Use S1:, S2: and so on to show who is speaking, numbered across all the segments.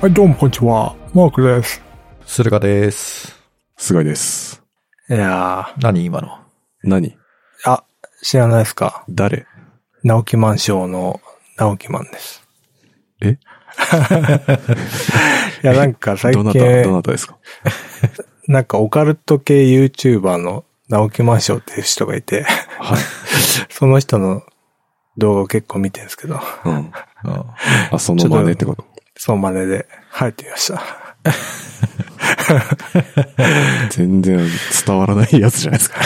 S1: はい、どうも、こんにちは。マークです。
S2: 駿河です。
S3: 菅井です。
S1: いや
S2: 何今の
S3: 何
S1: ー、あ、知らないですか
S3: 誰
S1: 直木マンションの直木マンです。
S3: え
S1: いや、なんか最
S3: どなたど
S1: 近、
S3: なたですか
S1: なんかオカルト系 YouTuber の直木マンションっていう人がいて、
S3: はい。
S1: その人の動画を結構見てるんですけど、
S3: うん。
S2: うん。
S3: あ、その真似ってこと
S1: その真似で入ってみました。
S3: 全然伝わらないやつじゃないですか。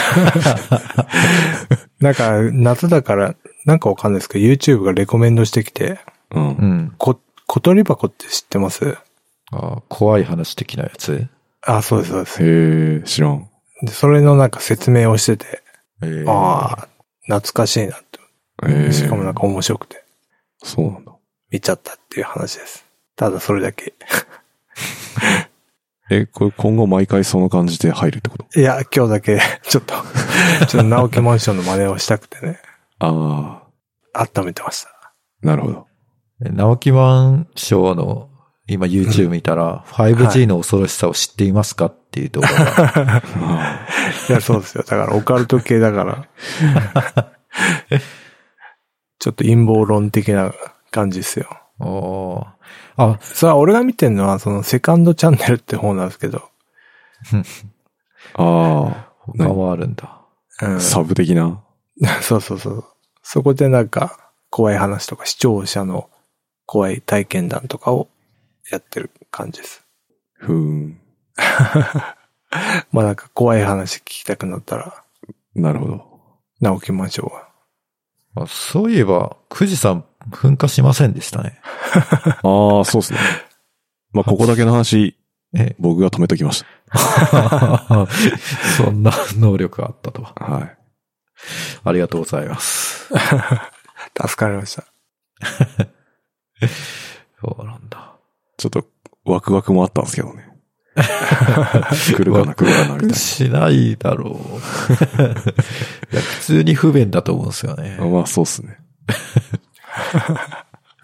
S1: なんか、夏だから、なんかわかんないですけど、YouTube がレコメンドしてきて、
S3: うん。
S2: うん。
S1: こ、小鳥箱って知ってます
S2: あ怖い話的なやつ
S1: あ、そうです、そうです。
S3: へえ、知らん。
S1: で、それのなんか説明をしてて、
S2: えー
S1: ああ、懐かしいな
S3: へ
S1: と。
S3: え。
S1: しかもなんか面白くて、
S3: そうなんだ。
S1: 見ちゃったっていう話です。ただそれだけ。
S3: え、これ今後毎回その感じで入るってこと
S1: いや、今日だけ、 ちょっと、ちょっと直木マンションの真似をしたくてね、
S3: あ
S1: 温めてました。
S3: あ、なるほど。
S2: え直木マンショーの今 YouTube 見たら 5G の恐ろしさを知っていますかっていう動画が。
S3: あ
S1: いや、そうですよ。だからオカルト系だから、ちょっと陰謀論的な感じですよ。
S2: お ーあ、
S1: それは俺が見てるのは、そのセカンドチャンネルって方なんですけど、
S3: ああ
S2: 他もあるんだ。
S1: うん
S3: あ、サブ的な。
S1: そうそうそう。そこでなんか、怖い話とか、視聴者の怖い体験談とかをやってる感じです。
S3: ふーん。
S1: まあなんか、怖い話聞きたくなったら、
S3: なるほど。
S1: 直木マンションは。
S2: あそういえば、富士山噴火しませんでしたね。
S3: ああ、そうですね。まあ、ここだけの話、
S2: え
S3: 僕が止めときまし
S2: そんな能力があったとは。
S3: た。はい。
S2: ありがとうございます。
S1: 助かりました。
S2: そうなん だ。
S3: ちょっと、ワクワクもあったんですけど ね。来るかな、来るかな、みたいな。
S2: しないだろう。 いや普通に不便だと思うんですよ ね。
S3: まあ、そうっすね。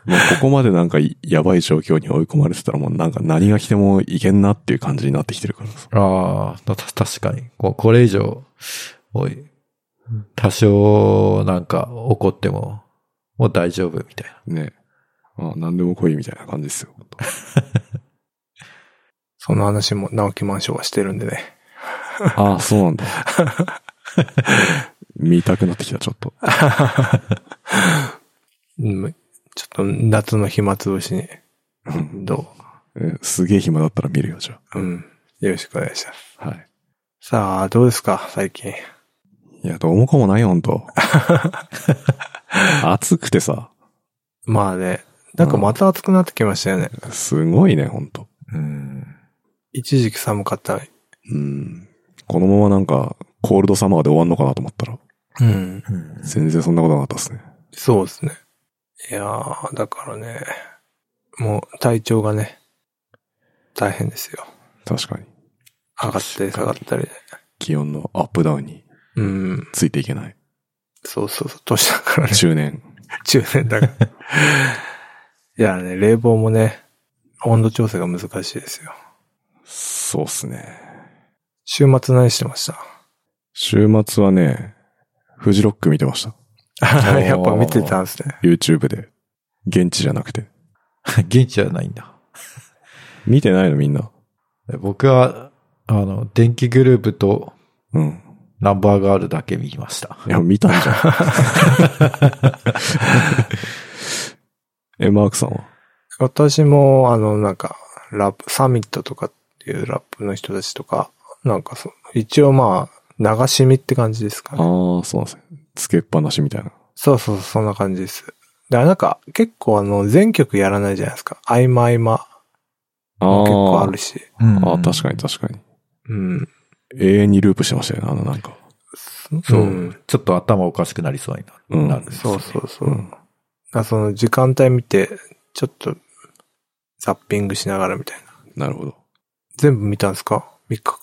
S3: まあ、ここまでなんかい、やばい状況に追い込まれてたら、もうなんか何が来てもいけんなっていう感じになってきてるからさ。
S2: ああ、た確かに。こうこれ以上、おい、多少なんか怒っても、もう大丈夫みたいな。
S3: ね。まあ、何でも来いみたいな感じですよ。
S1: その話も直木マンションはしてるんでね。
S3: ああ、そうなん だ。見たくなってきた、ちょっと。
S1: うんちょっと夏の暇つぶしに、ど
S3: えすげえ暇だったら見るよ、じゃ
S1: ううん。よろしくお願いします。
S3: あ。はい。
S1: さあ、どうですか最近。
S3: いや、どうもこうもないよ、ほん と。暑くてさ、
S1: まあね、なんかまた暑くなってきましたよね。
S3: すごいね、ほんと。
S2: うん。
S1: 一時期寒かったのに。
S3: うん。このままなんか、コールドサマーで終わんのかなと思ったら、
S1: うん。
S2: うん
S3: 全然そんなことなかったですね。
S1: そうですね。いやー、だからね、もう体調がね、大変ですよ。
S3: 確かに。
S1: 上がったり下がったりで。
S3: 気温のアップダウンに
S1: うん。
S3: ついていけない。
S1: そうそうそう。年だからね。
S3: 中年。
S1: 中年だ から。いやね、冷房もね、温度調整が難しいですよ。
S3: そうっすね。
S1: 週末何してました
S3: 週末はね、フジロック見てました。
S2: ー
S1: やっぱ見てたんですね。
S3: YouTube で。現地じゃなくて。
S2: 現地じゃないんだ。
S3: 見てないのみんな。
S2: 僕は、あの、電気グループと
S3: うん。
S2: ナンバーガールだけ見ました。
S3: いや、見たん じゃん。え、マークさんは
S1: 私も、あの、なんか、ラップ、サミットとかっていうラップの人たちとか、なんかそう、一応まあ、流し見って感じですかね。
S3: ああ、そうなんですね。つけっぱなしみたいな。
S1: そうそう、そんな感じです。だからなんか、結構あの、全曲やらないじゃないですか。合間合間
S3: あ
S1: も
S3: あ、
S1: 結構あるし。
S3: あー確かに確かに。
S1: うん。
S3: 永遠にループしてましたよね、あのなんか。
S2: そう、
S1: ん
S2: ちょっと頭おかしくなりそうになる。
S3: うん
S2: なるんですよ
S1: そうそ
S2: ね
S1: うそうう。だ
S3: ん
S1: か。らその時間帯見て、ちょっと、ザッピングしながらみたいな。
S3: なるほど。
S1: 全部見たんですか ?3 日。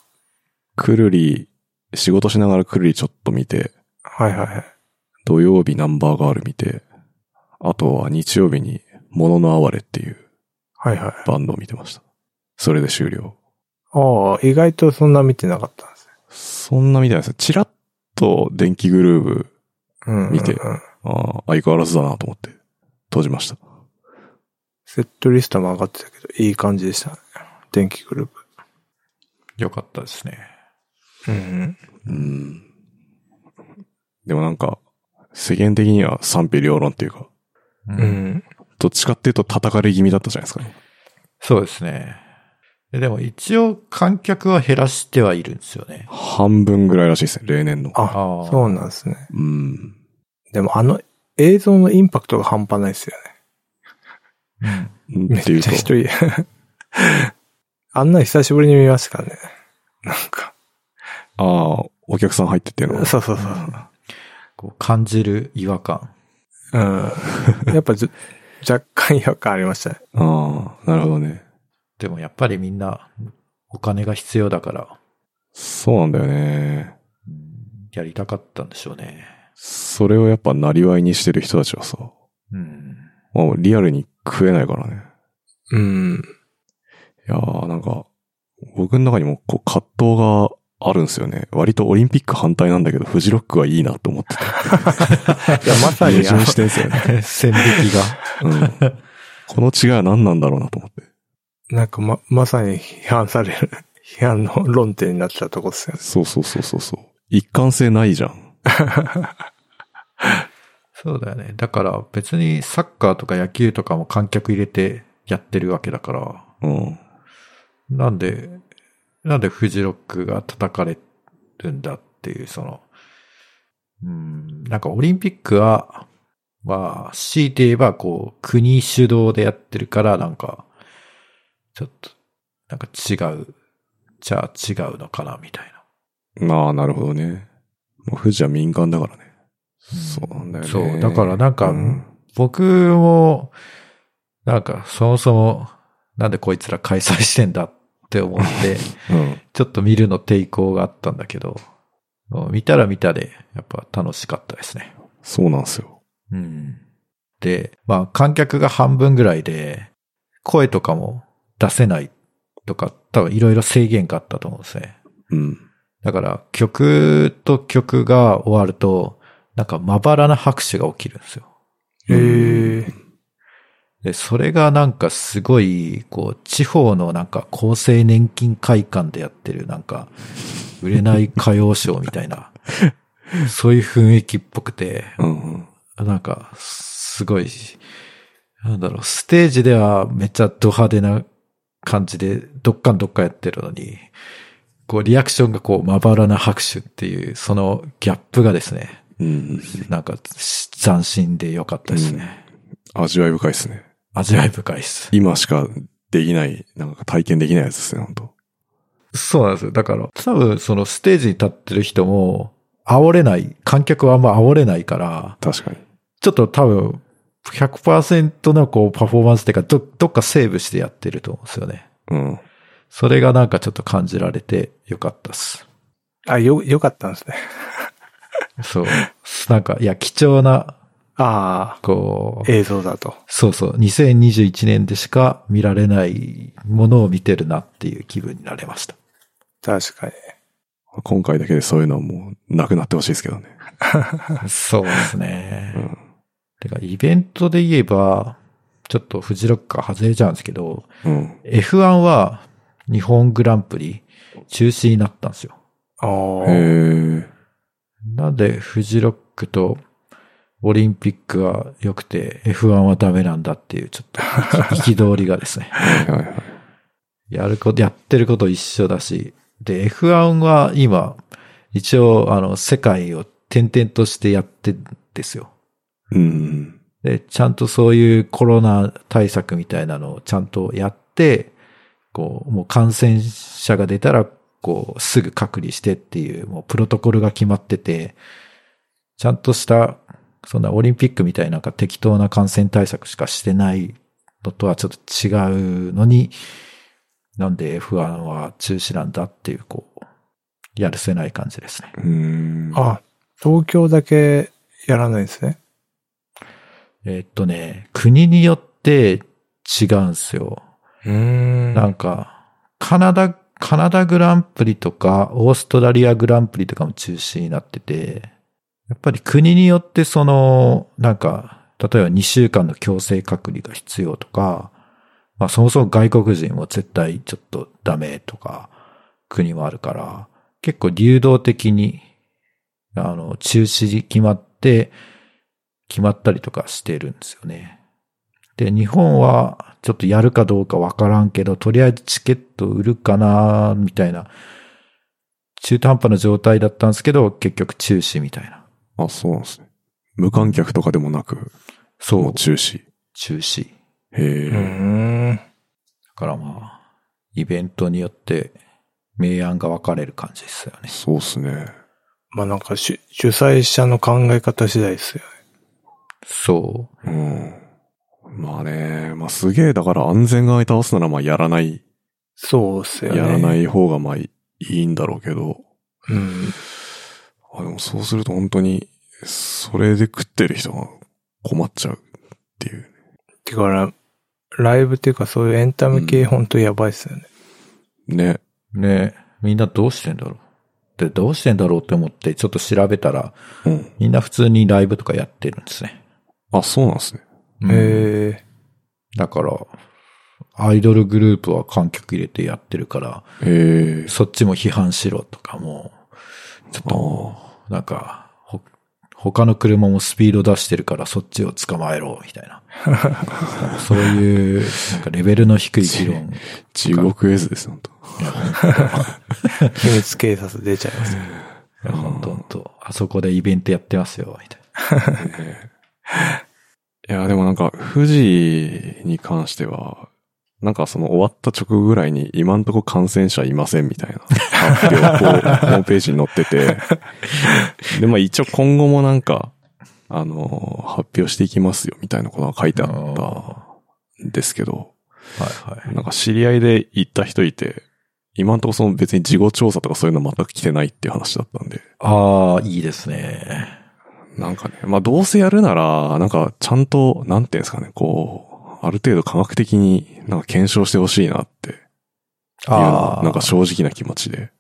S3: くるり、仕事しながらくるりちょっと見て、
S1: はいはいはい。
S3: 土曜日ナンバーガール見て、あとは日曜日に、もののあわれっていう
S1: はいはい。
S3: バンドを見てました。それで終了。
S1: ああ、意外とそんな見てなかったんですね。
S3: そんなみたいです。チラッと電気グルーブ、
S1: うんうんうん
S3: 見てああ、相変わらずだなと思って、閉じました。
S1: セットリストも上がってたけど、いい感じでしたね。電気グループ。
S2: よかったですね。
S1: うん
S3: うん。でもなんか、世間的には賛否両論っていうか、
S2: う
S1: うん。うん。
S3: どっちかっていうと叩かれ気味だったじゃないですかね。
S2: そうですね。ででも一応観客は減らしてはいるんですよね。
S3: 半分ぐらいらしいですね、例年の。
S1: あ
S2: あ
S1: そう
S2: う。
S1: なんですね。
S3: うん。
S1: でもあの映像のインパクトが半端ないですよね。
S2: うん
S3: うん
S1: め
S3: っ
S1: って
S3: いう
S1: ち
S3: と
S1: ゃ、人い る。あんなの久しぶりに見ましたからね。 なんか。
S3: ああ、お客さん入ってっていうのは。
S1: そうそうそう。
S2: こう感じる違和感。
S1: うん。やっぱず 若干違和感ありましたね。
S3: ああ、なるほどね。
S2: でもやっぱりみんなお金が必要だから、
S3: そうなんだよね。
S2: うんやりたかったんでしょうね。
S3: それをやっぱなりわいにしてる人たちはさ、
S2: うん。
S3: まあ、リアルに食えないからね。
S1: うん。
S3: いやーなんか、僕の中にもこう葛藤があるんですよね。割とオリンピック反対なんだけど、フジロックはいいなと思っ てた。
S1: いや、まさに
S3: 矛盾してんすよね。
S2: 線引きが。
S3: うん。この違いは何なんだろうなと思って。
S1: なんかま、まさに批判される、 批判の論点になってたとこっすよね。
S3: そうそうそうそうそう。一貫性ないじゃん。
S2: そうだよね。だから別にサッカーとか野球とかも観客入れてやってるわけだから、
S3: うん。
S2: なんで、なんでフジロックが叩かれるんだっていう、その、うん、なんかオリンピックは、まあ、強いて言えば、こう、国主導でやってるから、なんか、ちょっと、なんか違う、じゃあ違うのかな、みたいな。
S3: まあ、なるほどね。もう富士は民間だからね。
S2: うん
S3: そうなんだよね。
S2: そうだからなんか
S3: うん
S2: 僕も、なんか、そもそも、なんでこいつら開催してんだって思って、
S3: うん。
S2: ちょっと見るの抵抗があったんだけど、もう見たら見たで、やっぱ楽しかったですね。
S3: そうなんですよ。
S2: うん。で、まあ観客が半分ぐらいで、声とかも出せないとか、多分いろいろ制限があったと思うんですね。
S3: うん。
S2: だから曲と曲が終わると、なんかまばらな拍手が起きるんですよ。
S1: ええ
S2: で、それがなんかすごい、こう、地方のなんか厚生年金会館でやってるなんか、売れない歌謡ショーみたいな、そういう雰囲気っぽくて、
S3: うんうん。
S2: なんか、すごい、なんだろう、ステージではめっちゃド派手な感じで、どっかんどっかやってるのに、こう、リアクションがこう、まばらな拍手っていう、そのギャップがですね、
S3: うんうん。
S2: なんか、斬新で良かったですね。
S3: 味わい深いですね。
S2: 味わい深いです。
S3: 今しかできない、なんか体験できないやつですね、本当
S2: そうなんですよ。だから、多分そのステージに立ってる人も、煽れない、観客はあんま煽れないから、
S3: 確かに。
S2: ちょっと多分、100%のこうパフォーマンスっていうか、ど、どっかセーブしてやってると思うんですよね。
S3: うん。
S2: それがなんかちょっと感じられてよかったっす。
S1: あ、よ、よかったんですね。
S2: そう。 なんか、いや、貴重な、
S1: あ
S2: こ
S1: あ、
S2: う、
S1: 映像だと。
S2: そうそう、2021年でしか見られないものを見てるなっていう気分になれました。
S1: 確かに。
S3: 今回だけでそういうのはもうなくなってほしいですけどね。
S2: そうですね
S3: う。ん。
S2: てか、イベントで言えば、ちょっとフジロックから外れちゃうんですけど、
S3: うん。
S2: F1 は日本グランプリ中止になったんですよ。
S1: ああ、
S3: へえ。
S2: なんでフジロックとオリンピックは良くて F1 はダメなんだっていうちょ っと憤りがですね。
S3: はいはいはい。
S2: やること、やってること一緒だし。で、F1 は今、一応あの世界を転々としてやってんですよ。
S3: うん。
S2: で、ちゃんとそういうコロナ対策みたいなのをちゃんとやって、こう、もう感染者が出たら、こう、すぐ隔離してっていう、もうプロトコルが決まってて、ちゃんとした、そんなオリンピックみたいななんか適当な感染対策しかしてないのとはちょっと違うのに、なんで F1 は中止なんだっていう、こう、やるせない感じですね。
S3: うん。
S1: あ、東京だけやらないんですね。
S2: えっとね、国によって違うんですよ。
S1: うーん。
S2: なんか、カナダ、カナダグランプリとか、オーストラリアグランプリとかも中止になってて、やっぱり国によってその、なんか、例えば2週間の強制隔離が必要とか、まあそもそも外国人も絶対ちょっとダメとか、国もあるから、結構流動的に、あの、中止決まって、決まったりとかしてるんですよね。で、日本はちょっとやるかどうかわからんけど、とりあえずチケット売るかな、みたいな、中途半端な状態だったんですけど、結局中止みたいな。
S3: あ、そうなんですね。無観客とかでもなく、
S2: そ
S3: も
S2: う
S3: う、中止。
S2: 中止。だ
S1: う
S3: へ
S1: ー
S3: え。
S1: ん。
S2: からまあ、イベントによって、明暗が分かれる感じですよね。
S3: そうっすね。
S1: まあなんか主主催者の考え方次第ですよね。
S2: そ
S3: うん。まあね、まあすげえ、だから安全側に倒すならまあやらない、
S1: そうっすよ
S3: や
S1: ね。
S3: らな。い方がまあいいんだろうけど、
S1: うん。
S3: あ、でもそうすると本当に、それで食ってる人が困っちゃうっていう。
S1: てから、ライブっていうかそういうエンタメ系ほんとやばいっすよね。
S3: ね。
S2: う。ねみんなどうしてんだろう。で、どうしてんだろうって思って、ちょっと調べたら、
S3: うん。
S2: みんな普通にライブとかやってるんですね。
S3: あ、そうなんですね。
S1: へえ。
S2: だから、アイドルグループは観客入れてやってるから、
S3: へえ。
S2: そっちも批判しろとかも、ち
S3: あ
S2: ょっと、なんか、ほ他の車もスピード出してるからそっちを捕まえろ、みた いな。なんかそういう、なんかレベルの低い議論。
S3: 地獄絵図です、本当
S1: 秘密警察出ちゃいますよね。
S2: いやほんとほんと、あそこでイベントやってますよ、みたい
S3: いや、でもなんか、富士に関しては、なんかその終わった直後ぐらいに今んとこ感染者いませんみたいな発表がこうホームページに載ってて、で、まあ一応今後もなんか、あのー、発表していきますよみたいなことが書いてあったんですけど、
S2: な。はいは
S3: なんか知り合いで行った人いて、今んとこその別に事後調査とかそういうの全く来てないっていう話だったんで、
S2: い。ああ、いいですね。
S3: なんかね、まあどうせやるなら、なんかちゃんと、なんていうんですかね、こう、ある程度科学的になんか検証してほしいなっていうの
S2: あ
S3: は
S2: あ、
S3: なんか正直な気持ちで。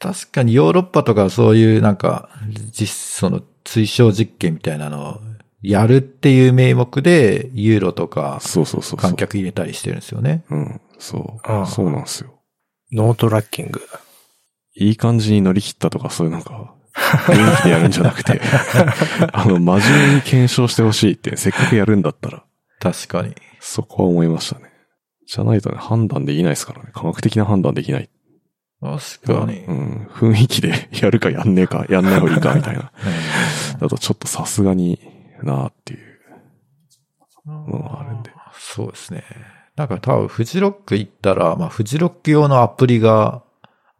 S2: 確かにヨーロッパとかそういうなんか、実、その推奨実験みたいなのをやるっていう名目で、ユーロとか
S3: そうそうそうそう。
S2: 観客入れたりしてるんですよね。
S3: うん、そう。
S1: ああ
S3: そうなんですよ。
S1: ノートラッキング。
S3: いい感じに乗り切ったとか、そういうなんか、元気でやるんじゃなく て、あの、真面目に検証してほしいって、せっかくやるんだったら、
S2: 確かに。
S3: そこは思いましたね。じゃないとね、判断できないですからね。科学的な判断できない。
S2: 確かに。
S3: う
S2: うん
S3: ん、雰囲気でやるかやんねえか、やんない方がいいか、みたいな。だとちょっとさすがになっていうのがあるんで。
S2: そうですね。なんか多分フジロック行ったら、まあフジロック用のアプリが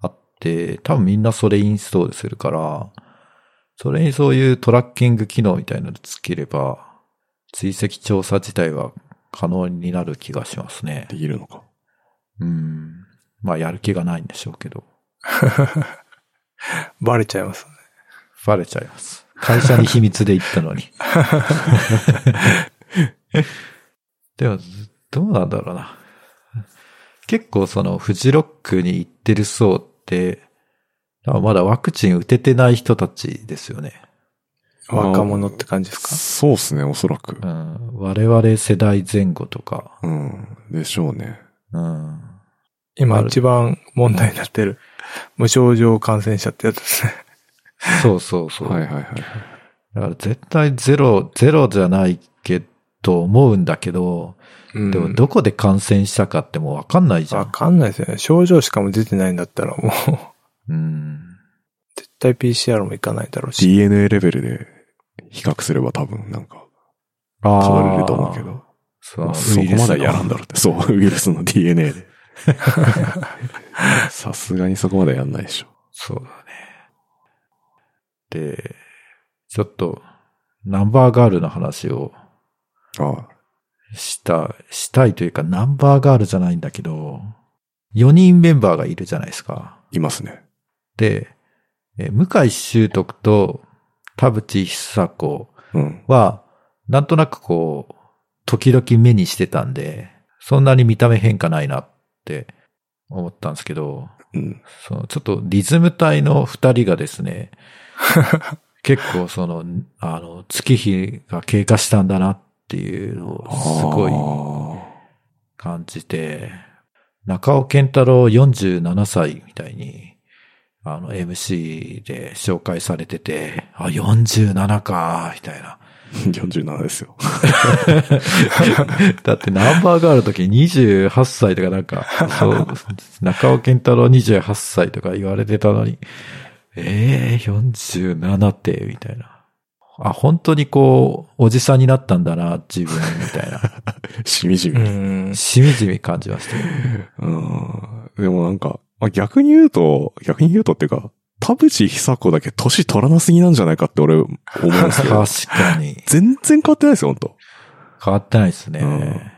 S2: あって、多分みんなそれインストールするから、それにそういうトラッキング機能みたいなのつければ、追跡調査自体は可能になる気がしますね
S3: で。きるのか。
S2: うん。まあやる気がないんでしょうけど、
S1: バレちゃいますね。
S2: バレちゃいます。会社に秘密で行った のに。でも、どうなんだろうな。結構そのフジロックに行ってる層って、多分まだワクチン打ててない人たちですよね。
S1: 若者って感じですか
S3: そうっすね、おそらく
S2: う。ん。我々世代前後とか。
S3: うん。でしょうね。
S2: うん。
S1: 今一番問題になってる、無症状感染者ってやつですね。
S2: そうそうそう。
S3: はいはいはい。
S2: だから絶対ゼロ、ゼロじゃないけど、思うんだけど、
S1: うん
S2: でもどこで感染したかってもうわかんないじゃ
S1: わ
S2: ん。
S1: かんないですよね。症状しかも出てないんだったらもう、
S2: うん。
S1: 絶対 PCR も行かないだろうし。
S3: DNA レベルで比較すれば多分なんか変われると思うけど。
S2: そ
S3: まあそこまではやらんだろうって。そう、ウイルスの DNA で。さすがにそこまではやんないでしょ。
S2: そうだね。で、ちょっと、ナンバーガールの話を
S3: あ
S2: した、したいというか、ナンバーガールじゃないんだけど、4人メンバーがいるじゃないですか。
S3: いますね。
S2: で、え向井修徳と田淵久子
S3: うん。
S2: は、なんとなくこう、時々目にしてたんで、そんなに見た目変化ないなっって思ったんですけど、
S3: うん。
S2: そのちょっとリズム隊の二人がで すね、結構その、あの、月日が経過したんだなっていうのをすごい
S3: あ
S2: 感じて、中尾健太郎47歳みたいに、あの MC で紹介されてて、あ、47か、みたいな。
S3: ー 47ですよ。
S2: だってナンバーガールの時28歳とかなんか、そう、 中尾健太郎28歳とか言われてたのに、ええー、47って、みたいな。あ、本当にこう、おじさんになったんだな、自分、みたいな。
S3: しみじみ。
S1: ん。
S2: しみじみ感じましたよ。
S3: うん。でもなんか、まあ、逆に言うと、逆に言うとっていうか、田淵久子だけ年取らなすぎなんじゃないかって俺思うんですけ
S2: 確
S3: ど、
S2: かに。
S3: 全然変わってないですよ、ほんと。
S2: 変わってないですね。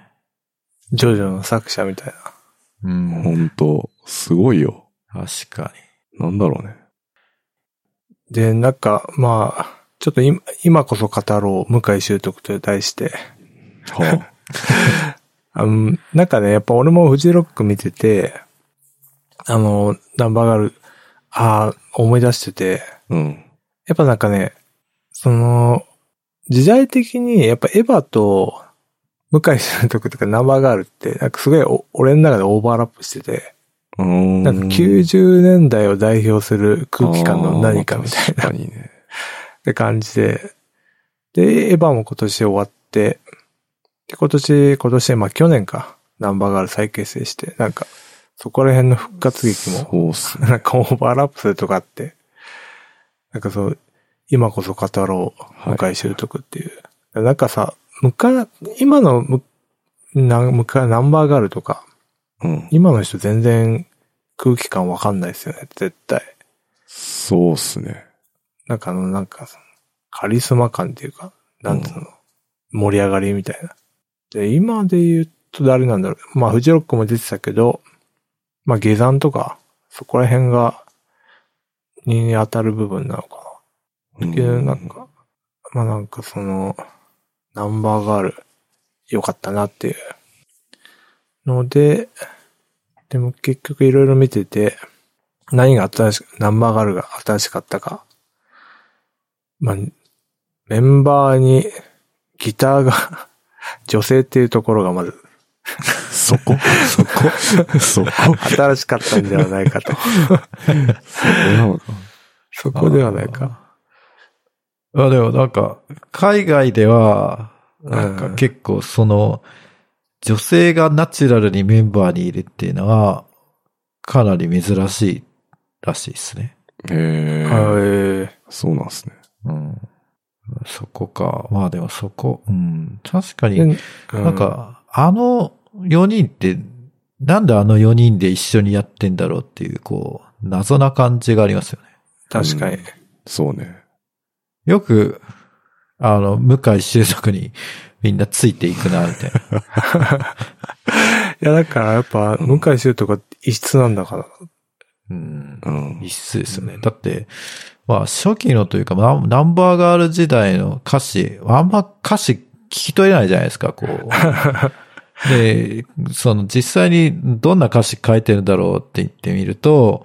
S1: ジョジョの作者みたいな。
S2: うん。
S3: ほんと、すごいよ。
S2: 確か
S3: なんだろうね。
S1: で、なんか、まあ、ちょっと今、今こそ語ろう、向井修徳と題して。
S3: は
S1: あの、なんかね、やっぱ俺もフジロック見てて、あの、ナンバーガール、ああ、思い出してて、
S3: あ、うん。
S1: やっぱなんかね、その、時代的に、やっぱエヴァと、向井修徳とかナンバーガールって、なんかすごいお俺の中でオーバーラップしてて、
S3: う ー
S1: なんか90年代を代表する空気感の何かみたい
S3: あー
S1: な
S3: 確かにね。
S1: って感じで、で、エヴァも今年終わって、で、今年、今年、まあ去年か、ナンバーガール再結成して、なんか、そこら辺の復活劇も、
S3: そうっすね。
S1: なんかオーバーラップするとかあって、なんかそう、今こそ語ろう、
S3: は
S1: 向井修徳っていう。なんかさ、むか、今のむ、な、むか、ナンバーガールとか、
S3: うん。
S1: 今の人全然空気感わかんないですよね、絶対。
S3: そうっすね。
S1: なんかあの、なんか、カリスマ感っていうか、なんつうの、盛り上がりみたいな。で、今で言うと誰なんだろう。まあ、フジロックも出てたけど、まあ、下山とか、そこら辺が、に当たる部分なのか
S3: うん
S1: な。けど、なんか、まあなんかその、ナンバーガール、良かったなっていう。ので、でも結局いろいろ見てて、何が新しく、ナンバーガールが新しかったか。まあ、メンバーにギターが 女性っていうところがまず
S3: そこ そこそこ
S1: 新しかったんではないかと。
S3: そこなのか。
S1: そ
S2: に。
S1: こではないか。
S2: あー。あでもなんか、海外では、なんか
S1: うん
S2: 結構その、女性がナチュラルにメンバーにいるっていうのは、かなり珍しいらしいですね。
S3: へ
S1: え
S3: え。
S1: ー、
S3: そうなんですね。
S2: うん。そこか。まあでもそこ、うん。確かに、
S1: でう
S2: なんか、あの4人って、なんであの4人で一緒にやってんだろうっていう、こう、謎な感じがありますよね。
S1: 確かに。
S3: そうね。
S2: よく、あの、向井修作にみんなついていくな、みた いな。
S1: いや、だからやっぱ、向井修とか異質なんだから。
S2: うん
S3: う。ん。
S2: 一緒ですよね。
S1: うん
S2: だって、まあ、初期のというか、ナナンバーガール時代の歌詞、あんま歌詞聞き取れないじゃないですか、こう。 で、その実際にどんな歌詞書いてるんだろうって言ってみると、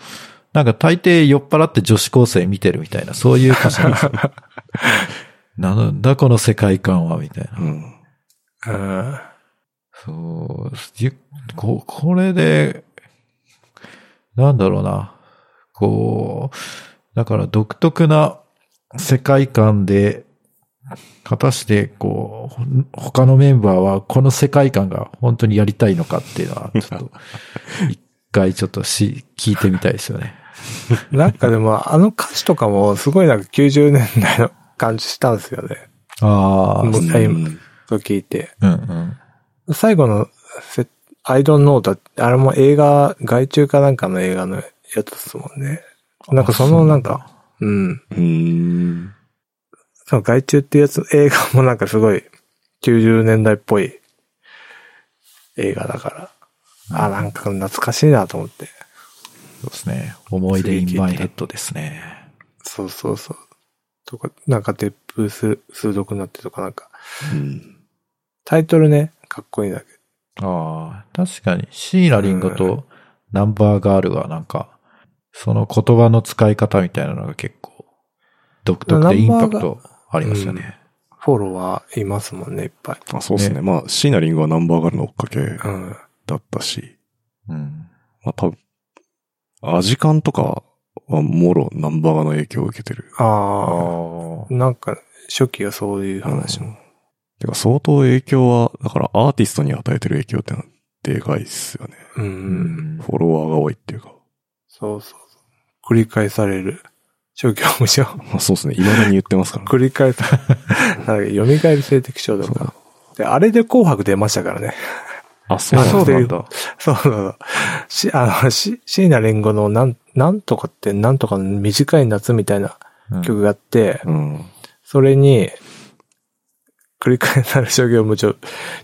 S2: なんか大抵酔っ払って女子高生見てるみたいな、そういう歌詞な んですよなんだこの世界観は、みたいな
S3: う。ん。
S1: うん。
S2: そう、ゆこ、これで、なんだろうな。こう、だから独特な世界観で、果たして、こう、ほん他のメンバーはこの世界観が本当にやりたいのかっていうのは、ちょっと、一回ちょっとし、聞いてみたいですよね。
S1: なんかでも、あの歌詞とかもすごいなんか90年代の感じしたんですよね。
S2: ああ、
S1: もう
S3: うん
S1: タイムと聞いて。
S2: うんうん。
S1: 最後のせ、アイドンノーだって、あれも映画、外注かなんかの映画のやつですもんね。なんかそのなんか、うん。
S3: うーん。
S1: その外注ってやつ、映画もなんかすごい90年代っぽい映画だから。あ、なんか懐かしいなと思って。
S2: そうですね。思い出インマイヘッドですね。
S1: そうそうそう。とか、なんか鉄風する、数読になってとかなんか、
S3: うん
S1: タイトルね、かっこいいんだけど。
S2: ああ、確かに、シーラリンゴとナンバーガールはなんか、その言葉の使い方みたいなのが結構、独特でインパクトありますよね。
S1: フォロワーいますもんね、いっぱい。
S3: あ、そうですね。まあ、シーナリングはナンバーガールの追っかけ
S1: うん。
S3: だったし、
S2: うん。
S3: まあ、多分、アジカンとかはもろナンバーガーの影響を受けてる。
S1: あ
S2: あ
S1: あ、なんか、初期はそういう話
S3: うん
S1: も。
S3: てか、相当影響は、だからアーティストに与えてる影響ってのはでかいっすよね。
S1: うん。
S2: あ。
S3: フォロワーが多いっていうか。
S1: そうそうそう。繰り返される。消去無償。
S3: まあ、そうですね。未だに言ってますから、ね。
S1: 繰り返さ、なんだっけ、蘇り性的症だから。で、あれで紅白出ましたからね。
S3: あ、そう
S1: なんだ
S3: だ。
S1: そうそうそう。し、あの、し、椎名林檎のなん、なんとかって、なんとかの短い夏みたいな
S2: うん
S1: 曲があって、
S3: うん。
S1: それに、繰り返される諸行無常、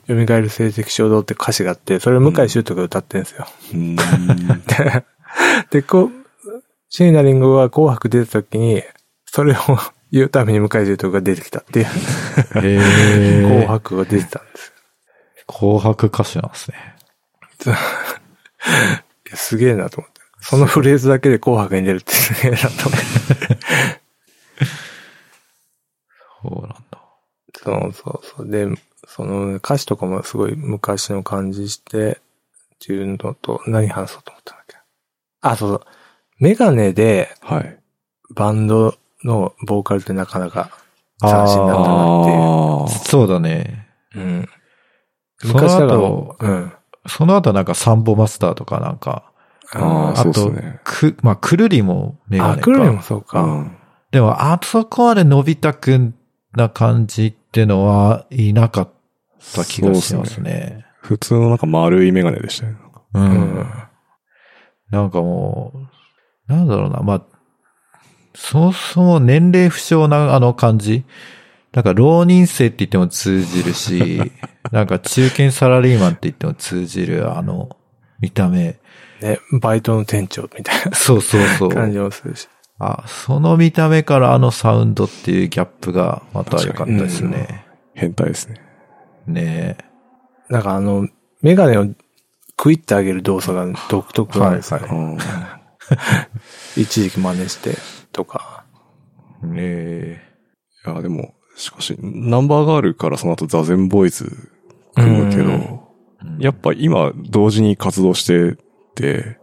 S1: 蘇る性的衝動って歌詞があって、それを向井修斗が歌ってるんですよ。
S3: うん。
S1: で、こう、椎名林檎が紅白出た時に、それを言うために向井修斗が出てきたっていう、
S2: へ
S1: 紅
S2: え。
S1: 白が出てたんです
S2: 紅白歌手なんですね。
S1: いや。すげえなと思って。そのフレーズだけで紅白に出るってすげえなと思って。
S2: そうなんだ。
S1: そうそうそう。で、その歌詞とかもすごい昔の感じして、っていうのと、何話そうと思ったんだっけあ、そうそう。メガネで
S3: はい。
S1: バンドのボーカルってなかなか斬
S2: あ
S1: 新だったなっていう。
S3: あー
S2: そうだね。
S1: うん。
S2: その
S1: 昔だから
S2: 後、
S1: うん。
S2: その後なんかサンボマスターとかなんか、
S3: あー、
S2: あ
S3: そうです
S2: と
S3: ね。、
S2: く、まあ、くるりもメガネ
S1: あ、
S2: か。
S1: クルミもそう
S3: う
S1: か。
S3: ん。
S2: でも、あそこまでのび太くんな感じってのはいなかった気がし
S3: そう
S2: ま
S3: っ
S2: すね。
S3: 普通のなんか丸いメガネでしたよね。
S2: う。
S1: うんん。
S2: なんかもう、なんだろうな、まあ、そもそも年齢不詳なあの感じ。なんか浪人生って言っても通じるし、なんか中堅サラリーマンって言っても通じるあの見た目。
S1: ね、バイトの店長みたい
S2: そうそうそう
S1: な。感じもするし。
S2: あ、その見た目からあのサウンドっていうギャップがまた良かったですね。
S3: 変態ですね。
S2: ねえ。
S1: なんかあの、メガネを食いってあげる動作が独特なんですよね。
S3: うん。
S1: 一時期真似して、と か。
S2: ねえ。
S3: いや、でも、しかし、ナンバーガールからその後ザゼンボーイズ組むけど、やっぱ今同時に活動してて、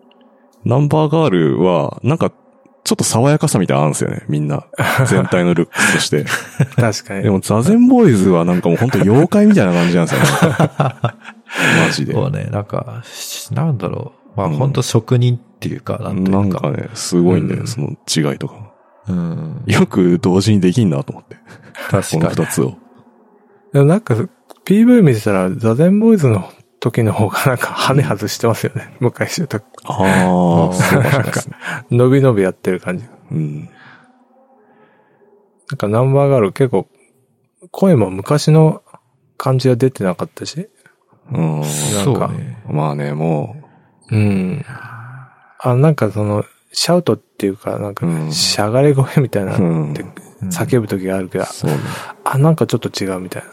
S3: ナンバーガールは、なんか、ちょっと爽やかさみたいなのあるんですよね、みんな。全体のルックスと して。
S1: 確か
S3: で
S1: に。
S3: も、ザゼンボーイズはなんかもう本当妖怪みたいな感じなん ですよ、ね。マジで。
S2: そうね、なんか、しなんだろう。まあ、
S3: うん
S2: ほんと職人っていうか、なんと
S3: ない
S2: うんか。
S3: かね、すごいんだよ、
S2: うん
S3: その違いとか。
S2: うん。
S3: よく同時にできんなと思って、こ
S2: 確
S3: の
S2: かに。
S3: 二つを。
S1: でもなんか、PV 見てたら、ザゼンボーイズの時の方がなんか羽外してますよね。 昔修と
S3: ああ、そうかもしれないですね。
S1: 伸び伸びやってる感じ。
S3: うん。
S1: なんかナンバーガール結構、声も昔の感じは出てなかったし。
S3: うん。
S2: そうね。
S3: まあね、も
S1: うん。あ、なんかその、シャウトっていうか、なんか
S3: う、ん
S1: しゃがれ声みたいな
S3: う、う
S1: の
S3: ん
S1: って。叫ぶ時があるけど、
S3: そうね。
S1: あ、なんかちょっと違うみたいな。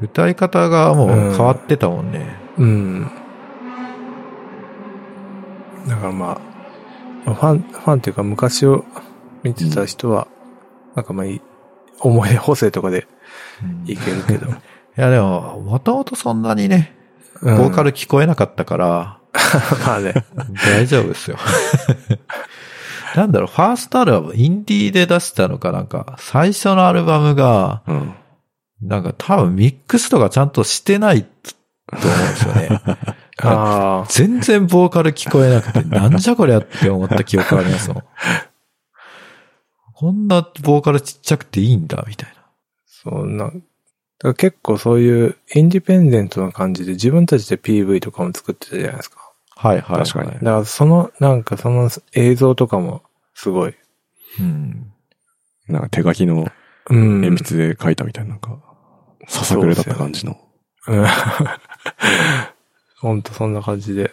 S2: 歌い方がもう変わってたもんね。
S1: うん。だからまあ、ファン、ファンっていうか昔を見てた人は、なんかまあいい、思い出補正とかで
S2: うん
S1: い
S2: い
S1: けるけど。
S2: や、でも、もともとそんなにね、
S1: うん
S2: ボーカル聞こえなかったから、
S1: まあね。
S2: 大丈夫です よ。なんだろう、ファーストアルバム、インディーで出したのかなんか、最初のアルバムが、
S3: うん。
S2: なんか多分ミックスとかちゃんとしてないと思うんですよね。
S1: ああ。
S2: 全然ボーカル聞こえなくて、なんじゃこりゃって思った記憶ありますもん。こんなボーカルちっちゃくていいんだ、みたいな。
S1: そうなん。だから結構そういうインディペンデントな感じで自分たちで PV とかも作ってたじゃないですか。
S2: はいはい、はい。
S3: 確かに
S1: だからその、なんかその映像とかもすごい。
S2: うん。
S3: なんか手書きの
S1: うん。
S3: 鉛筆で書いたみたいな、なんか、ささくれだった感じの。
S1: うん。 ほんとそんな感じで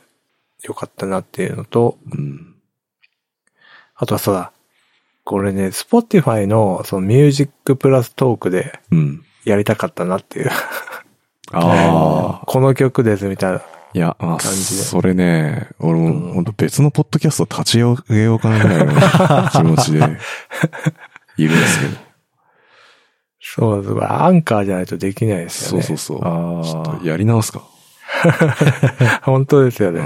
S1: 良かったなっていうのと、
S3: うん。
S1: あとはそうだ。これね、Spotify のそのミュージックプラストークで
S3: うん。
S1: やりたかったなっていう。
S3: ああ。
S1: この曲ですみたいな。
S3: いや、まあ、
S1: 感じで
S3: それね、俺
S1: うん
S3: も本当別のポッドキャスト立ち上げようかなぐらいの気持ちでいるんですけど。
S1: そうです。これアンカーじゃないとできないですよ
S3: そう
S1: ね。
S3: そう
S1: そ
S3: そう。
S2: あ
S3: ちょっ
S2: あ
S3: と。やり直すか。
S1: う。 本当ですよ
S3: う
S1: ね。
S3: ん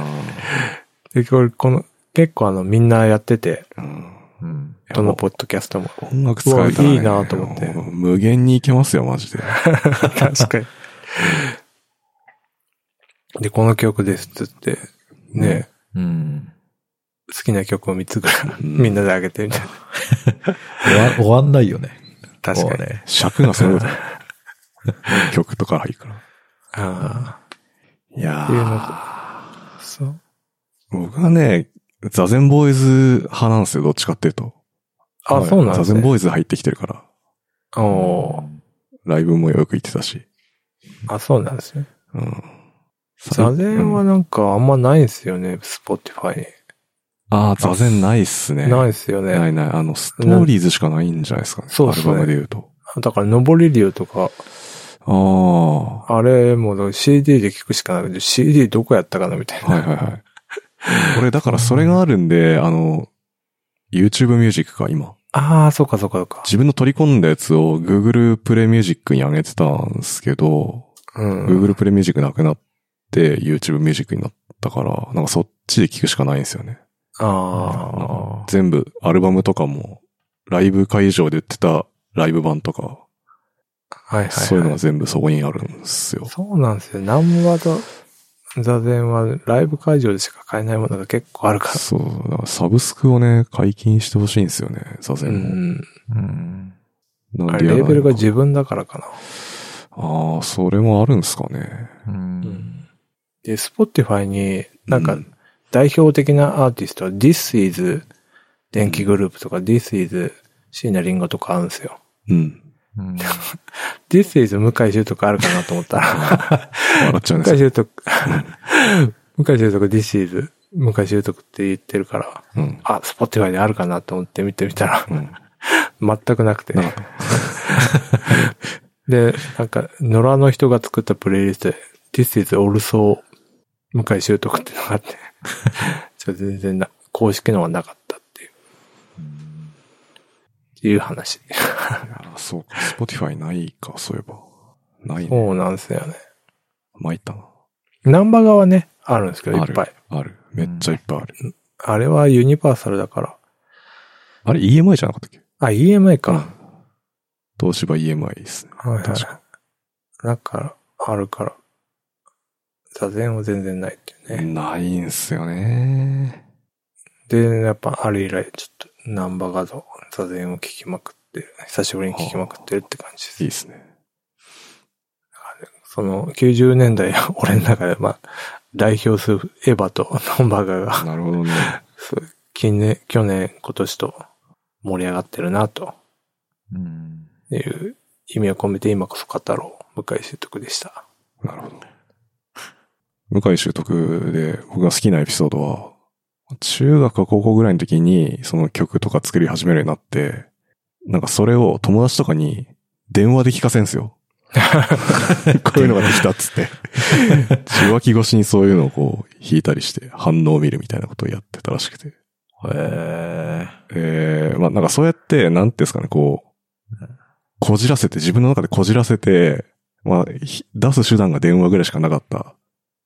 S1: で、これ、この、結構あの、みんなやってて、
S3: うん
S2: うん。
S3: いや
S1: ど
S3: も
S1: の
S3: う
S1: ポッドキャスト も。
S3: 音楽使えたら、
S1: うわいいなと思って
S3: もう無限にいけますよ、マジで。
S1: 確かに。で、この曲ですっつって、ね、
S2: うん。
S1: 好きな曲を3つぐらい、
S3: うん
S1: みんなであげてみたいな。
S2: 終わ終わんないよね。
S1: 確かに。
S2: こうね。
S3: 尺がそれぞれ。曲とか入るから。
S1: あ
S3: いや
S1: っていう
S3: ー
S1: あ。そう。
S3: 僕はね、座禅ボーイズ派なんですよ、どっちかっていうと。
S1: あ、
S3: はい
S1: そうなんです
S3: 座
S1: ね。
S3: 禅ボーイズ入ってきてるから。
S1: おー
S3: ライブもよく行ってたし。
S1: あ、そうなんですね。
S3: うん。
S1: 座禅は
S3: うん
S1: なんかあんまないんですよね、スポティファイ
S3: ああ、座禅ないっすね。
S1: に。ないですよね。
S3: ないない。あの、ストーリーズしかないんじゃないですかね。
S1: そうっ
S3: ア
S1: す
S3: ル
S1: ね
S3: バムで言うと。
S1: だから、登り竜とか、
S3: あ
S1: あれもう CD で聞くしかないけど、CD どこやったかなみたい
S3: あ。はい
S1: な。
S3: は いはい。俺、だからそれがあるんで、あの、YouTube ミュージックか、今。
S1: ああ、そうかそうかそうか。
S3: 自分の取り込んだやつを Google プレイミュージックに上げてたんですけど、
S1: うん。
S3: Google プレイミュージックなくなって YouTube ミュージックになったから、なんかそっちで聞くしかないんですよね。
S1: ああ。
S2: あ
S3: 全部、アルバムとかも、ライブ会場で売ってたライブ版とか、
S1: はいはい、はい。
S3: そういうのが全部そこにあるんですよ。
S1: そうなんですよ。ナンバと座禅はライブ会場でしか買えないものが結構あるか
S3: そう、だからサブスクをね、解禁してほしいんですよね、座
S1: ら。う
S3: 禅も。
S1: ん。
S2: あ。うん。
S3: な
S1: あ
S3: んで
S1: れ
S3: や
S1: レー
S3: らないのか
S1: ベルが自分だからかな。
S3: ああ、それもあるんですかね。
S2: うん。
S1: で、スポティファイになん
S3: う
S1: か代表的なアーティストは This is 電気グループとか This is 椎名林檎とかあるんですよ。
S3: うん。
S2: うん。
S1: This is 向井修とかあるかなと思ったら、
S3: 笑っちゃうんで
S1: 向井
S3: すよ。
S1: 修徳、向井修徳 This is 向井修徳って言ってるから、
S3: うん。
S1: あ、スポティファイであるかなと思って見てみたら、
S3: うん。
S1: 全くなくて。
S3: なかっ
S1: で、なんか、野良の人が作ったプレイリストで、This is also 向井修徳ってのがあ って、ちょっと全然な、公式のはなかったっていう、っていう話。
S3: いやーそうか、Spotify ないか、そういえば。ないね。
S1: そうなんですよね。
S3: 参ったな。
S1: ナンバー側ね、あるんですけど、い
S3: あ
S1: っ
S3: る
S1: ぱい。
S3: ある。めっちゃいっぱいある。
S1: あれはユニバーサルだから。
S3: あれ、EMI じゃなかったっけ
S1: あ、EMI か。
S3: 東芝 EMI ですね。
S1: はいは
S3: 確か
S1: い。だから、あるから。座禅は全然ないっていうね。
S3: ないんすよね。
S1: で、やっぱあれ以来、ちょっと、ナンバーガード、座禅を聞きまくってる、久しぶりに聞きまくってるって感じです。
S3: いいですね。
S1: その、90年代、 俺の中で、まあ、代表するエヴァと ナンバーガーが、
S3: なるほどね。
S1: そう近年、去年、今年と盛り上がってるな、と
S2: うん。
S1: いう意味を込めて、今こそ語ろう、向井修徳でした。
S3: なるほど。向井修徳で僕が好きなエピソードは、中学か高校ぐらいの時にその曲とか作り始めるようになって、なんかそれを友達とかに電話で聞かせんすよ。こういうのができたっつって。受話器越しにそういうのをこう弾いたりして反応を見るみたいなことをやってたらしくて。
S2: へえ。
S3: えー、まあなんかそうやって、なんていうんですかね、こう、こじらせて、自分の中でこじらせて、まあ、ひ出す手段が電話ぐらいしかなかった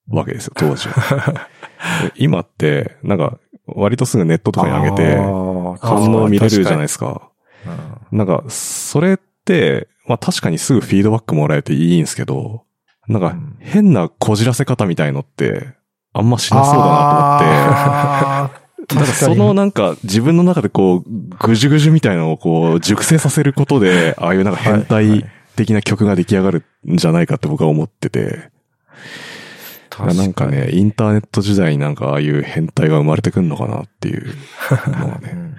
S3: わけですよ、当時は。で今って、なんか、割とすぐネットとかに上げて、
S1: あー
S3: 反応見れるじゃない
S2: い。
S3: ですか。なんか、それって、まあ確かにすぐフィードバックもらえていいんですけど、なん
S2: う
S3: か
S2: ん、
S3: 変なこじらせ方みたいのって、あんましなそうだなと思って、
S2: と
S3: なんかその
S2: な、
S3: なんか自分の中でこう、ぐじゅぐじゅみたいなのをこう、熟成させることで、ああいうなんか変態的な曲が出来上がるんじゃないかって僕は思ってて、なんかね、インターネット時代になんかああいう変態が生まれてくんのかなっていうのは
S2: う
S3: ね。
S2: ん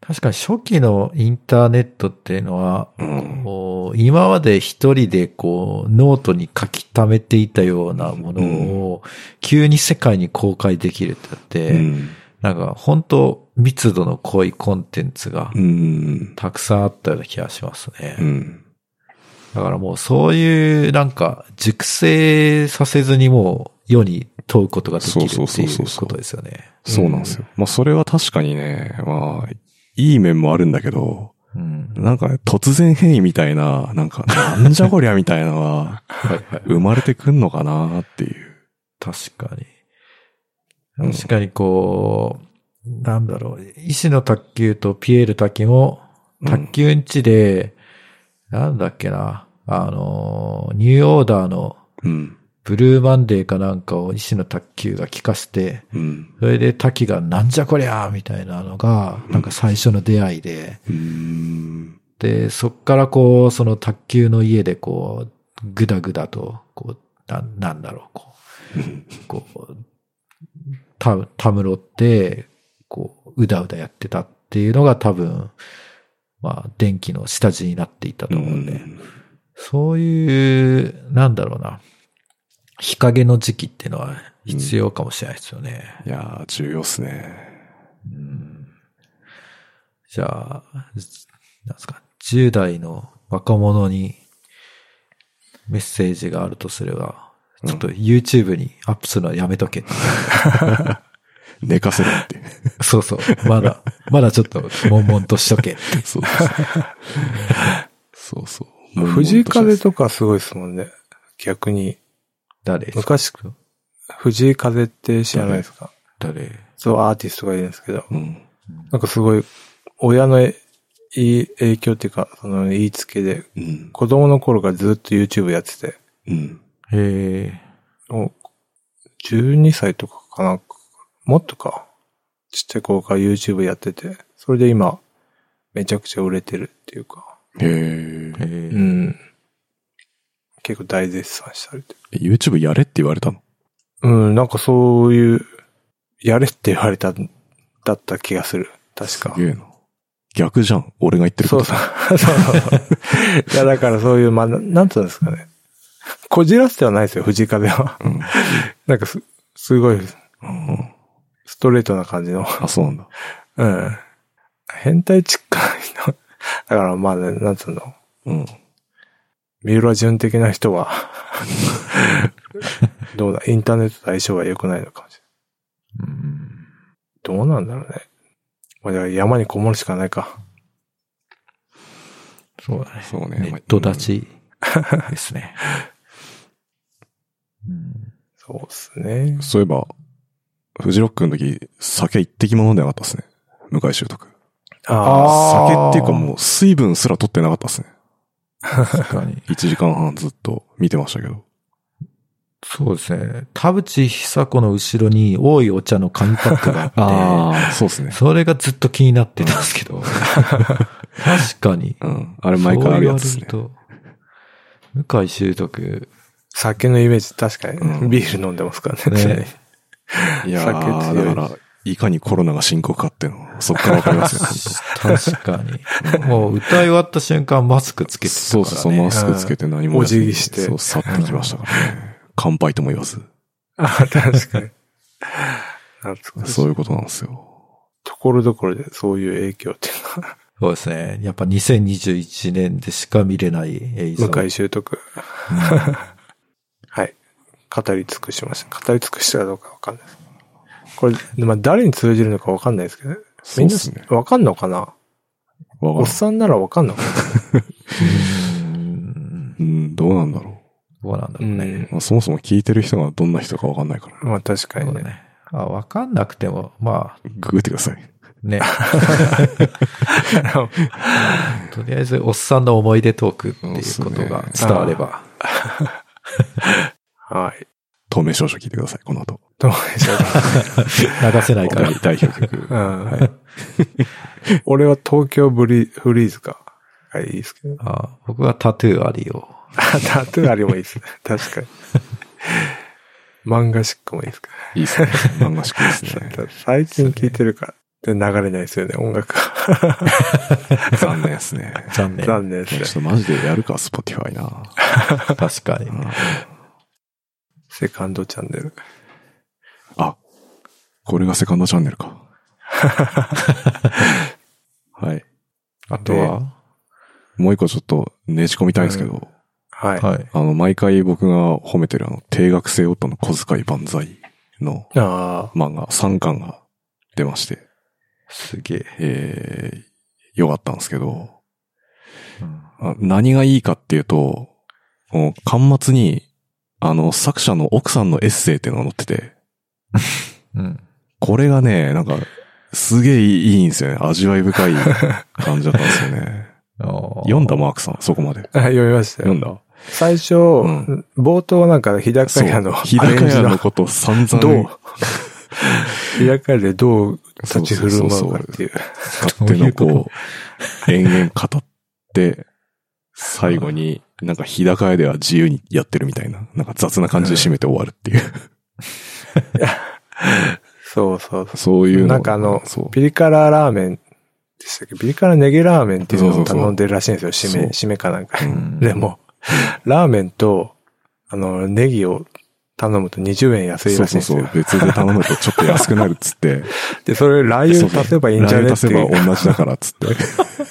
S2: 確かに初期のインターネットっていうのは、
S3: うん
S2: こう今まで一人でこうノートに書き溜めていたようなものを急に世界に公開できるってなって、
S3: うん。
S2: なんか本当密度の濃いコンテンツが
S3: うん。
S2: たくさんあったような気がしますね。
S3: うん。
S2: だからもうそういうなんか熟成させずにもう世に問うことができるって
S3: そうそうそう
S2: い
S3: そううそう
S2: ことですよね。
S3: そうなんですよ。まあそれは確かにね、まあ、いい面もあるんだけど、
S2: うん。
S3: なんかね、突然変異みたいな、なんか、なんじゃこりゃみたいなのは、
S2: はいはい。
S3: 生まれてくんのかなっていう。
S2: 確か
S3: う
S2: に。
S3: ん
S2: 確かにこう、なんだろう、医師の卓球とピエール滝も、
S3: うん
S2: 卓球んちで、なんだっけな、あの、ニューオーダーの
S3: うん。
S2: ブルーマンデーかなんかを医師の卓球が聞かせて、
S3: うん。
S2: それで滝がなんじゃこりゃーみたいなのが、なんか最初の出会いで、
S3: うーん。
S2: で、そっからこう、その卓球の家でこう、ぐだぐだと、こう、ななんだろう、こ う、こう、た、たむろって、こう、うだうだやってたっていうのが多分、まあ、電気の下地になっていたと
S3: う
S2: 思うんで、
S3: ん。
S2: そういう、なんだろうな、日陰の時期っていうのは必要かもしれないですよね。
S3: いやー、重要っすね。
S2: うんじゃあ、じなんですか、10代の若者にメッセージがあるとすれば、
S3: うん
S2: ちょっと YouTube にアップするのはやめとけ って。
S3: 寝かせろっていう。
S2: そうそう。まだ、まだちょっと、悶々としとけって。
S3: そうそう。そうそう。もう
S1: 藤井風とかすごいですもんね。逆に。
S2: 誰ですか
S1: 昔、藤井風って知らないですか
S2: 誰
S1: そう、アーティストがいるんですけど、
S3: うん。
S1: なんかすごい、親のえいい影響っていうか、その言いつけで、
S3: うん。
S1: 子供の頃からずっと YouTube やってて、
S3: うん。
S2: へえ。
S1: もう12歳とかかな、もっとか、ちっちゃい頃から YouTube やってて、それで今、めちゃくちゃ売れてるっていうか、
S3: へ
S2: へ
S3: え。
S1: う
S2: え。
S1: ん。結構大絶賛されてる。
S3: YouTube やれって言われたの
S1: うん、なんかそういう、やれって言われた、だった気がする。確か
S3: す。げえな。逆じゃん。俺が言ってる
S1: そ
S3: こ
S1: う
S3: と。
S1: そう。そう そう。いや、だからそういう、まあ、ななんつうんですかね。こじらせてはないですよ、藤井風は。
S3: うん。
S1: なんかす、すごい、
S3: うん
S1: ストレートな感じの。
S3: あ、そうなんだ。
S1: うん。変態チックな人。だからまあ、ね、なんつうの。
S3: うん。
S1: 三浦純的な人 は、どうだ、インターネットと相性が良くないのかもし
S2: うん
S1: れない。どうなんだろうね。まあ、だから山にこもるしかないか。
S2: そうだね。
S3: そうね。
S2: ネット立ち ですね。うん
S1: そうっすね
S3: うん。そういえば、フジロックの時、酒一滴も飲んでなかったっすね。向井修徳。
S1: ああ、
S2: あー
S3: 酒っていうかもう水分すら取ってなかったっすね。
S2: 確かに。
S3: 1時間半ずっと見てましたけど。
S2: そうですね。田淵久子の後ろに多いお茶の紙パックが あっ
S3: あー、そうです
S2: て、
S3: ね。
S2: それがずっと気になってたんですけど、確かに。
S3: うん。あれ毎回あるやつですね。
S2: そう言われると向井修徳、
S1: 酒のイメージ確かに、
S3: うん
S1: ビール飲んでますからね。
S2: ね
S3: いや
S1: 酒
S3: ー
S1: 強い
S3: だから、いかにコロナが深刻かっていうのは、そっからわかりますよ、 ほんと
S2: 確か に。もう歌い終わった瞬間マスクつけて
S3: そう
S2: た
S3: そう
S2: か
S3: そ
S2: ら
S3: う、マ
S2: ね。
S3: スクつけて何も
S1: お辞儀
S3: やらずに
S1: して
S3: そう、去ってきましたからね。乾杯とも言わず。
S1: あ確かに。懐かし
S3: そ
S1: い。
S3: ういうことなんですよ。
S1: ところどころでそういう影響っていうのは、
S2: そうですね。やっぱ2021年でしか見れない映像。
S1: 向井修徳。はい。語り尽くしました。語り尽くしたかどうかわかんないです。これ、まあ誰に通じるのかわかんないですけどね。
S3: そ
S1: み
S3: うんっ
S1: な
S3: すね。
S1: わかんのかな
S3: わか
S1: お
S3: る
S1: っ。さんならわかんのか
S2: うん
S3: うん、どうなんだろ
S2: どうなんだろ
S1: なう
S2: うね。
S1: ん
S3: う。。まあ、そもそも聞いてる人がどんな人かわかんないから。
S1: まあ確か
S2: そう
S1: に
S2: だ
S1: ね。
S2: ね。あ、わかんなくても、まあ、
S3: ググってください。
S2: ね。とりあえず、おっさんの思い出トークっていうことが伝われば。
S1: はい。
S3: 透明少女聞いてください、この後。
S1: どうでしょうか。
S2: 流せないから
S3: 代。代表曲。
S1: うん。俺は東京ブリフリーズか。はい、いいですけど。
S2: あ僕はタトゥーありを。
S1: あタトゥーありもいいですね。確かに。漫画シックもいいですか
S3: いいっす ね。漫画式ですね。
S1: ら。最近聞いてるから。で、流れないですよね、音楽が。
S3: 残念ですね。
S2: 残念。
S1: 残念で
S3: ちょっ
S1: すね。
S3: とマジでやるか、Spotify な。
S2: 確かに。
S1: セカンドチャンネル。
S3: あ、これがセカンドチャンネルか。はい。
S2: あとは、
S3: もう一個ちょっとねじ込みたいんですけど、
S1: はい。
S2: はい。
S3: あの、毎回僕が褒めてるあの、定額制夫の小遣い万歳の
S1: あ
S3: 漫画3巻が出まして、
S2: すげ
S3: え
S2: え。
S3: ー、よかったんですけど、
S2: うん
S3: あ何がいいかっていうと、もう、端末に、あの、作者の奥さんのエッセイっていうのが載ってて、
S2: うん。
S3: これがね、なんか、すげえいいいいんですよね。味わい深い感じだったんですよね。読んだマークさん、そこまで。
S1: あ。読みました
S3: 読ん
S1: よ。
S3: だ
S1: 最初、
S3: ん
S1: 冒頭なんか、日高
S3: そう
S1: 屋の、
S3: 日
S1: アレン
S3: 高
S1: ジ
S3: 屋
S1: の
S3: の、こと散々
S1: どう、 日高屋でどう立ち振る舞
S3: そうう
S1: かっ
S3: そうそう
S1: ていう。
S3: 勝手のこう、延々 語って、最後に、なんか日高屋では自由にやってるみたいな、なんか雑な感じで締めて終わるっていう、
S1: そうそう そ。
S3: そういうう
S1: なんかあの
S3: そう、。
S1: ピリ辛ラーメンでしたっけピリ辛ネギラーメンっていうのを
S3: そうそうそう
S1: 頼んでるらしいんですよ。締め、
S3: そう
S1: 締めかなんか。
S3: うん
S1: でも、ラーメンと、あの、ネギを頼むと20円安い
S3: そう
S1: らしいん
S3: そ
S1: で
S3: う
S1: す
S3: そ
S1: よ。
S3: う、別で頼むとちょっと安くなるっ つって、
S1: で、それ、ラー油足せばいいんじゃね
S3: ラ
S1: っ
S3: ー油足
S1: て
S3: せ
S1: い
S3: ば
S1: う。
S3: 同じだからっつ っ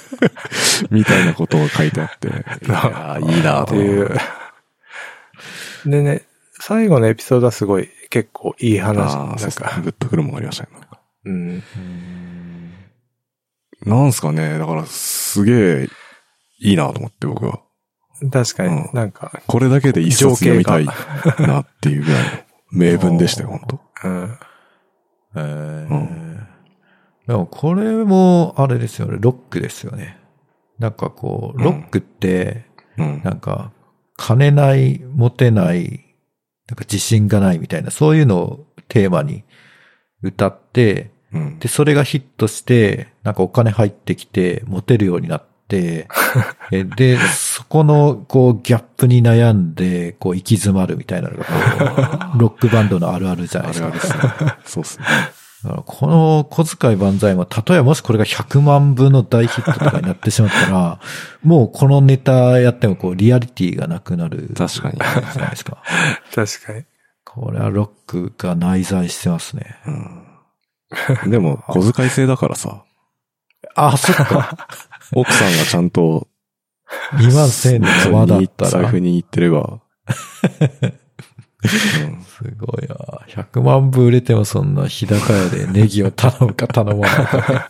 S3: て、みたいなことを書いてあって、いやーいいな
S1: っ
S3: と
S1: て
S3: 思
S1: いう。でね、最後のエピソードはすごい、結構いい話。
S3: あ
S1: な
S3: あ、そうんっすか。
S1: か、
S3: グッとくるもんありましたね。なんか
S1: うん。
S3: なんすかね、だからすげえいいなと思って僕は。
S1: 確かに
S3: うん
S1: なんか、
S3: これだけで一冊読みたい
S1: 情
S3: なっていうぐらいの名文で したよ、本
S1: うん。
S2: えー
S3: うん
S2: でもこれも、あれですよね、ロックですよね。なんかこう、
S3: うん
S2: ロックって、
S3: 当うん。
S2: なんか、金ない、持てない、なんか自信がないみたいな、そういうのをテーマに歌って、
S3: うん
S2: で、それがヒットして、なんかお金入ってきて、持てるようにな って、えで、そこの、こう、ギャップに悩んで、こう、行き詰まるみたいなのが、 こうロックバンドのあるあるじゃない
S3: あ
S2: で
S3: れ
S2: すか
S3: あ。れっすね。そうっすね。
S2: だからこの小遣い万歳も、例えばもしこれが100万分の大ヒットとかになってしまったら、もうこのネタやってもこうリアリティがなくなるじ
S3: 確かに。
S2: ゃないですか。
S1: 確かに。
S2: これはロックが内在してますね。
S3: うん。で も、小遣い制だからさ、
S2: あ、そっか。
S3: 奥さんがちゃんと、
S2: 2万1000円のままだった
S3: そう
S2: ら。
S3: 財布
S2: す
S3: に行ってれ ば。
S2: ごいな。100万部売れてもそんな日高屋でネギを頼むか頼まない か。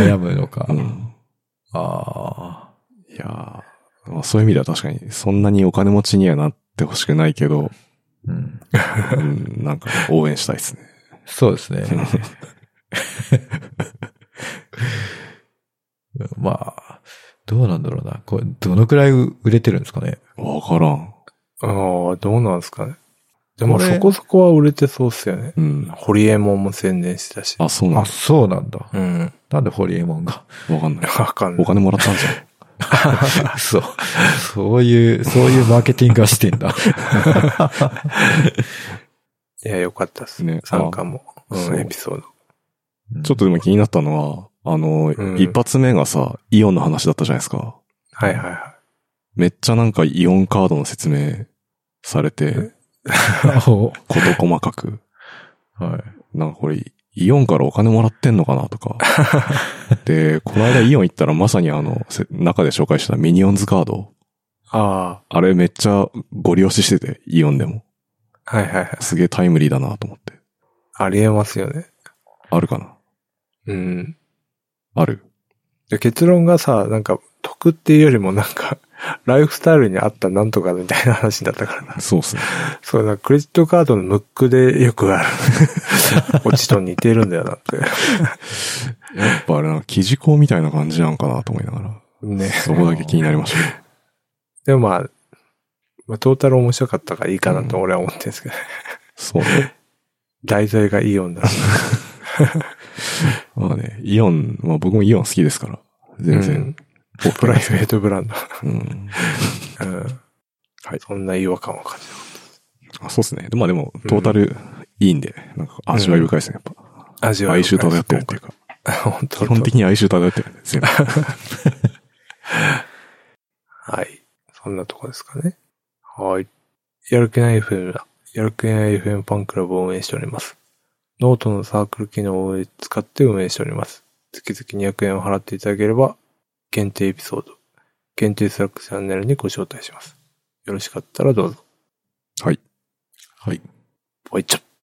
S2: 悩むのか。
S3: うん。うん
S2: あ
S3: いやーまあそういう意味では確かに、そんなにお金持ちにはなってほしくないけど、
S2: ーうん。
S3: うん、なんか応援したいで すね。
S2: そうですね。まあ、どうなんだろうな。これ、どのくらい売れてるんですかね。
S3: わからん。
S1: ああ、どうなんですかね。でも、
S2: これ
S1: そこそこは売れてそうっすよね。
S3: うん。
S1: ホリエモンも宣伝してたし。
S3: あ、そうな
S2: あ、
S3: ん
S2: そうなんだ。
S1: うん。
S2: なんでホリエモンが。
S3: わかんない。
S1: わかんな
S3: お
S1: い。
S3: 金もらったんじゃん。
S2: そう。そういう、そういうマーケティングはしてん だ。
S1: いや、よかったっす
S3: ね
S1: ね。参加も。う、
S3: そうん
S1: エピソード。
S3: ちょっとでも気になったのは、あの、
S1: うん
S3: 一発目がさ、イオンの話だったじゃないですか。
S1: はいはいは
S3: めっちゃなんかイオンカードの説明されて、こ
S2: と。
S3: と細かく。
S2: はい。
S3: なんかこれ、イオンからお金もらってんのかな とか。で、この間イオン行ったらまさにあの、せ中で紹介したミニオンズカード。
S1: い。あ
S3: あれめっちゃご利用ししてて、イオンでも。
S1: あ、はいはいはい。
S3: すげえタイムリーだなと思って。
S1: ありえますよね。
S3: あるかな
S1: うん。
S3: ある
S1: で結論がさ、なんか、得っていうよりもなんか、 ライフスタイルに合ったなんとかみたいな話だったからな。
S3: そうっすね。
S1: そうだ、クレジットカードのムックでよくあ る。落ちと似てるんだよなって。
S3: やっぱあれなんか、記事項みたいな感じなんかなと思いなが ら。
S1: ね。
S3: そこだけ気になりましたね。
S1: でもまあ、まあ、トータル面白かったからいいかなと俺は思ってるんですけど、
S3: そうね。
S1: 題材がいい女だ。
S3: まあね、イオン、まあ僕もイオン好きですから。全然。オ
S1: プライベートブランド。
S3: うん。
S1: うん。はい。そんな違和感を感じる。
S3: あそうですね。でまあでも、トータルいいんで、なんか味わい深いですね、やっぱ。
S1: 味は
S3: 哀愁漂ってるっていうか。
S1: 本当
S3: 基本的に哀愁漂ってるね、 全部。
S1: はい。そんなとこですかね。はい。やる気ない FM だ。やる気ない FM ファンクラブを運営しております。ノートのサークル機能を使って運営しております。月々200円を払っていただければ、限定エピソード、限定スラックチャンネルにご招待します。
S3: よろしかったらどうぞ。
S1: はい。
S4: はい。
S3: ぽいっちょ。